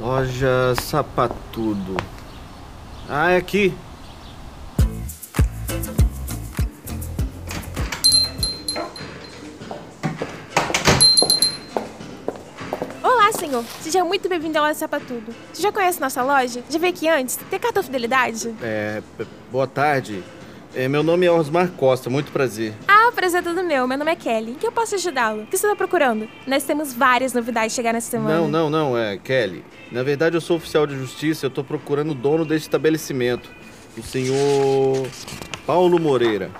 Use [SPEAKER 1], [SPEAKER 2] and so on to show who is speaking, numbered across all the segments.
[SPEAKER 1] Loja Sapatudo. Ah, é aqui.
[SPEAKER 2] Olá, senhor. Seja muito bem-vindo à Loja Sapatudo. Você já conhece nossa loja? Já veio aqui antes? Tem cartão fidelidade?
[SPEAKER 1] É, p- boa tarde. É, meu nome é Osmar Costa, muito prazer.
[SPEAKER 2] Ah, o prazer é todo meu. Meu nome é Kelly. Em que eu posso ajudá-lo? O que você está procurando? Nós temos várias novidades chegando essa semana.
[SPEAKER 1] Não, não, não, é Kelly. Na verdade, eu sou oficial de justiça, eu tô procurando o dono deste estabelecimento. O senhor Paulo Moreira.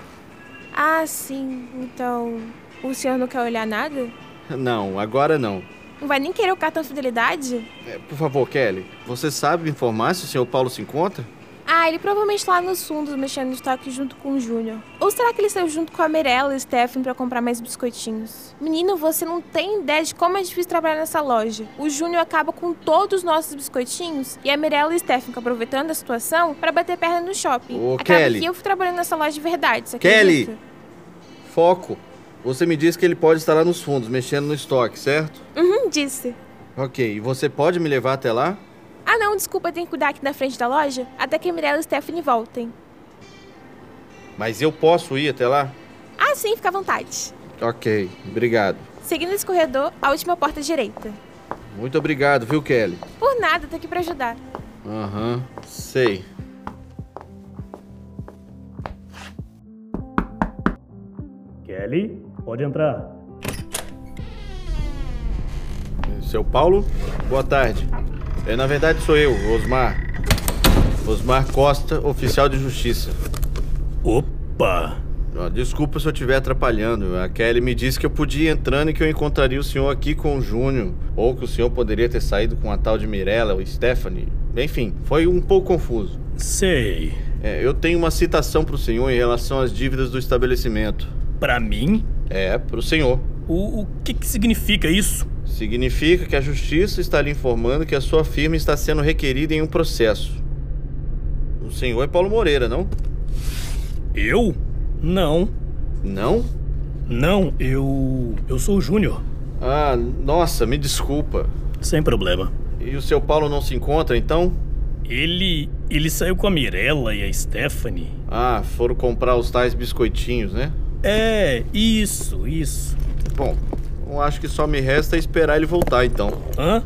[SPEAKER 2] Ah, sim. Então, o senhor não quer olhar nada?
[SPEAKER 1] Não, agora não.
[SPEAKER 2] Não vai nem querer o cartão fidelidade?
[SPEAKER 1] É, por favor, Kelly, você sabe me informar se o senhor Paulo se encontra?
[SPEAKER 2] Ah, ele provavelmente está lá nos fundos mexendo no estoque junto com o Júnior. Ou será que ele saiu junto com a Mirella e o Stephen para comprar mais biscoitinhos? Menino, você não tem ideia de como é difícil trabalhar nessa loja. O Júnior acaba com todos os nossos biscoitinhos e a Mirella e o Stephen ficam aproveitando a situação para bater perna no shopping.
[SPEAKER 1] Ô,
[SPEAKER 2] acaba
[SPEAKER 1] Kelly.
[SPEAKER 2] que eu fui trabalhando nessa loja de verdade, você
[SPEAKER 1] Kelly.
[SPEAKER 2] acredita?
[SPEAKER 1] Foco. Você me disse que ele pode estar lá nos fundos, mexendo no estoque, certo?
[SPEAKER 2] Uhum, disse.
[SPEAKER 1] Ok, e você pode me levar até lá?
[SPEAKER 2] Ah não, desculpa, tem que cuidar aqui na frente da loja até que a Mirella e o Stephanie voltem.
[SPEAKER 1] Mas eu posso ir até lá?
[SPEAKER 2] Ah sim, fica à vontade.
[SPEAKER 1] Ok, obrigado.
[SPEAKER 2] Seguindo esse corredor, a última porta à direita.
[SPEAKER 1] Muito obrigado, viu, Kelly?
[SPEAKER 2] Por nada, tô aqui pra ajudar.
[SPEAKER 1] Aham, sei.
[SPEAKER 3] Kelly, pode entrar.
[SPEAKER 1] Seu Paulo, boa tarde. É, na verdade, sou eu, Osmar. Osmar Costa, oficial de justiça.
[SPEAKER 3] Opa!
[SPEAKER 1] Ó, Desculpa se eu estiver atrapalhando. A Kelly me disse que eu podia ir entrando e que eu encontraria o senhor aqui com o Júnior. Ou que o senhor poderia ter saído com a tal de Mirella ou Stephanie. Enfim, foi um pouco confuso.
[SPEAKER 3] Sei.
[SPEAKER 1] É, eu tenho uma citação pro senhor em relação às dívidas do estabelecimento.
[SPEAKER 3] Pra mim,
[SPEAKER 1] É, pro senhor.
[SPEAKER 3] o, o que, que significa isso?
[SPEAKER 1] Significa que a justiça está lhe informando que a sua firma está sendo requerida em um processo. O senhor é Paulo Moreira, não?
[SPEAKER 3] Eu? Não.
[SPEAKER 1] Não?
[SPEAKER 3] Não, eu. Eu sou o Júnior.
[SPEAKER 1] Ah, nossa, me desculpa.
[SPEAKER 3] Sem problema.
[SPEAKER 1] E o seu Paulo não se encontra, então?
[SPEAKER 3] Ele. Ele saiu com a Mirella e a Stephanie.
[SPEAKER 1] Ah, foram comprar os tais biscoitinhos, né?
[SPEAKER 3] É, isso, isso.
[SPEAKER 1] Bom, eu acho que só me resta esperar ele voltar, então.
[SPEAKER 3] Hã?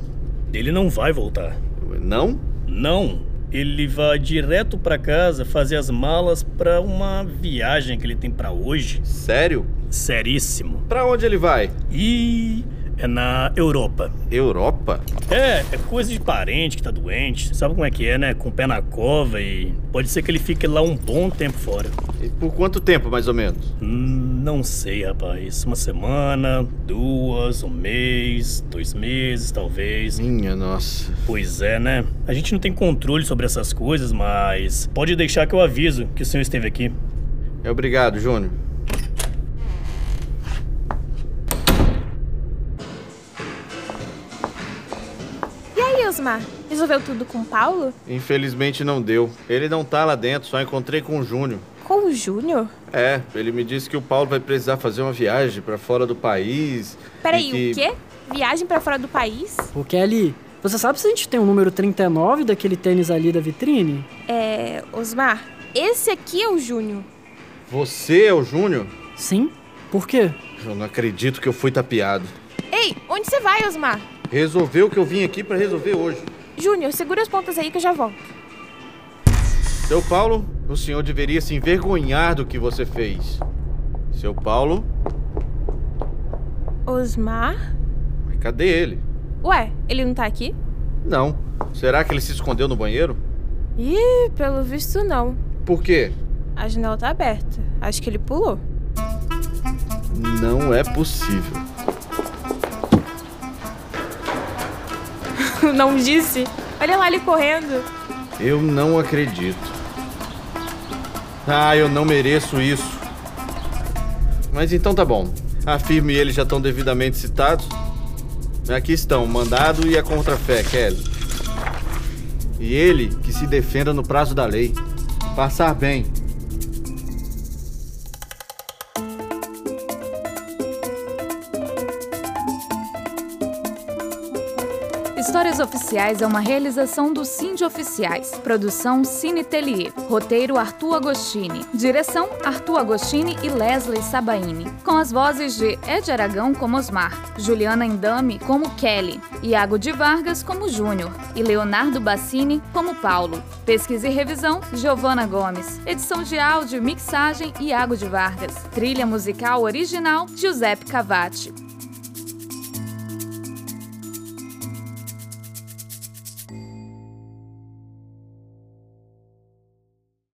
[SPEAKER 3] Ele não vai voltar.
[SPEAKER 1] Não?
[SPEAKER 3] Não. Ele vai direto pra casa fazer as malas pra uma viagem que ele tem pra hoje.
[SPEAKER 1] Sério?
[SPEAKER 3] Seríssimo.
[SPEAKER 1] Pra onde ele vai?
[SPEAKER 3] E é na Europa.
[SPEAKER 1] Europa?
[SPEAKER 3] É, é coisa de parente que tá doente. Sabe como é que é, né? Com o pé na cova e pode ser que ele fique lá um bom tempo fora.
[SPEAKER 1] E por quanto tempo, mais ou menos?
[SPEAKER 3] Hum, Não sei, rapaz. Uma semana, duas, um mês, dois meses, talvez.
[SPEAKER 1] Minha nossa.
[SPEAKER 3] Pois é, né? A gente não tem controle sobre essas coisas, mas pode deixar que eu aviso que o senhor esteve aqui.
[SPEAKER 1] É obrigado, Júnior.
[SPEAKER 2] E aí, Osmar? Resolveu tudo com o Paulo?
[SPEAKER 1] Infelizmente não deu. Ele não tá lá dentro, só encontrei com o Júnior.
[SPEAKER 2] Com o Júnior?
[SPEAKER 1] É, ele me disse que o Paulo vai precisar fazer uma viagem pra fora do país.
[SPEAKER 2] Peraí,
[SPEAKER 1] e que...
[SPEAKER 2] o quê? Viagem pra fora do país?
[SPEAKER 4] Ô Kelly, você sabe se a gente tem o número 39 daquele tênis ali da vitrine?
[SPEAKER 2] É, Osmar, esse aqui é o Júnior.
[SPEAKER 1] Você é o Júnior?
[SPEAKER 4] Sim? Por quê?
[SPEAKER 1] Eu não acredito que eu fui tapeado.
[SPEAKER 2] Ei, onde você vai, Osmar?
[SPEAKER 1] Resolveu o que eu vim aqui pra resolver hoje.
[SPEAKER 2] Júnior, segura as pontas aí que eu já volto.
[SPEAKER 1] Seu Paulo, o senhor deveria se envergonhar do que você fez. Seu Paulo,
[SPEAKER 2] Osmar?
[SPEAKER 1] mas cadê ele?
[SPEAKER 2] Ué, ele não tá aqui?
[SPEAKER 1] Não. Será que ele se escondeu no banheiro?
[SPEAKER 2] Ih, pelo visto não.
[SPEAKER 1] Por quê?
[SPEAKER 2] A janela tá aberta. Acho que ele pulou.
[SPEAKER 1] Não é possível.
[SPEAKER 2] não disse? Olha lá ele correndo.
[SPEAKER 1] Eu não acredito. Ah, eu não mereço isso. Mas então tá bom. A firma e ele já estão devidamente citados. Aqui estão o mandado e a contrafé, Kelly. E ele que se defenda no prazo da lei. Passar bem.
[SPEAKER 5] Histórias Oficiais é uma realização do Cindy Oficiais. Produção Cine Tellier. Roteiro Arthur Agostini. Direção Arthur Agostini e Leslie Sabaini. Com as vozes de Ed Aragão como Osmar, Juliana Endame como Kelly, Iago de Vargas como Júnior e Leonardo Bassini como Paulo. Pesquisa e revisão Giovana Gomes. Edição de áudio, mixagem Iago de Vargas. Trilha musical original Giuseppe Cavati.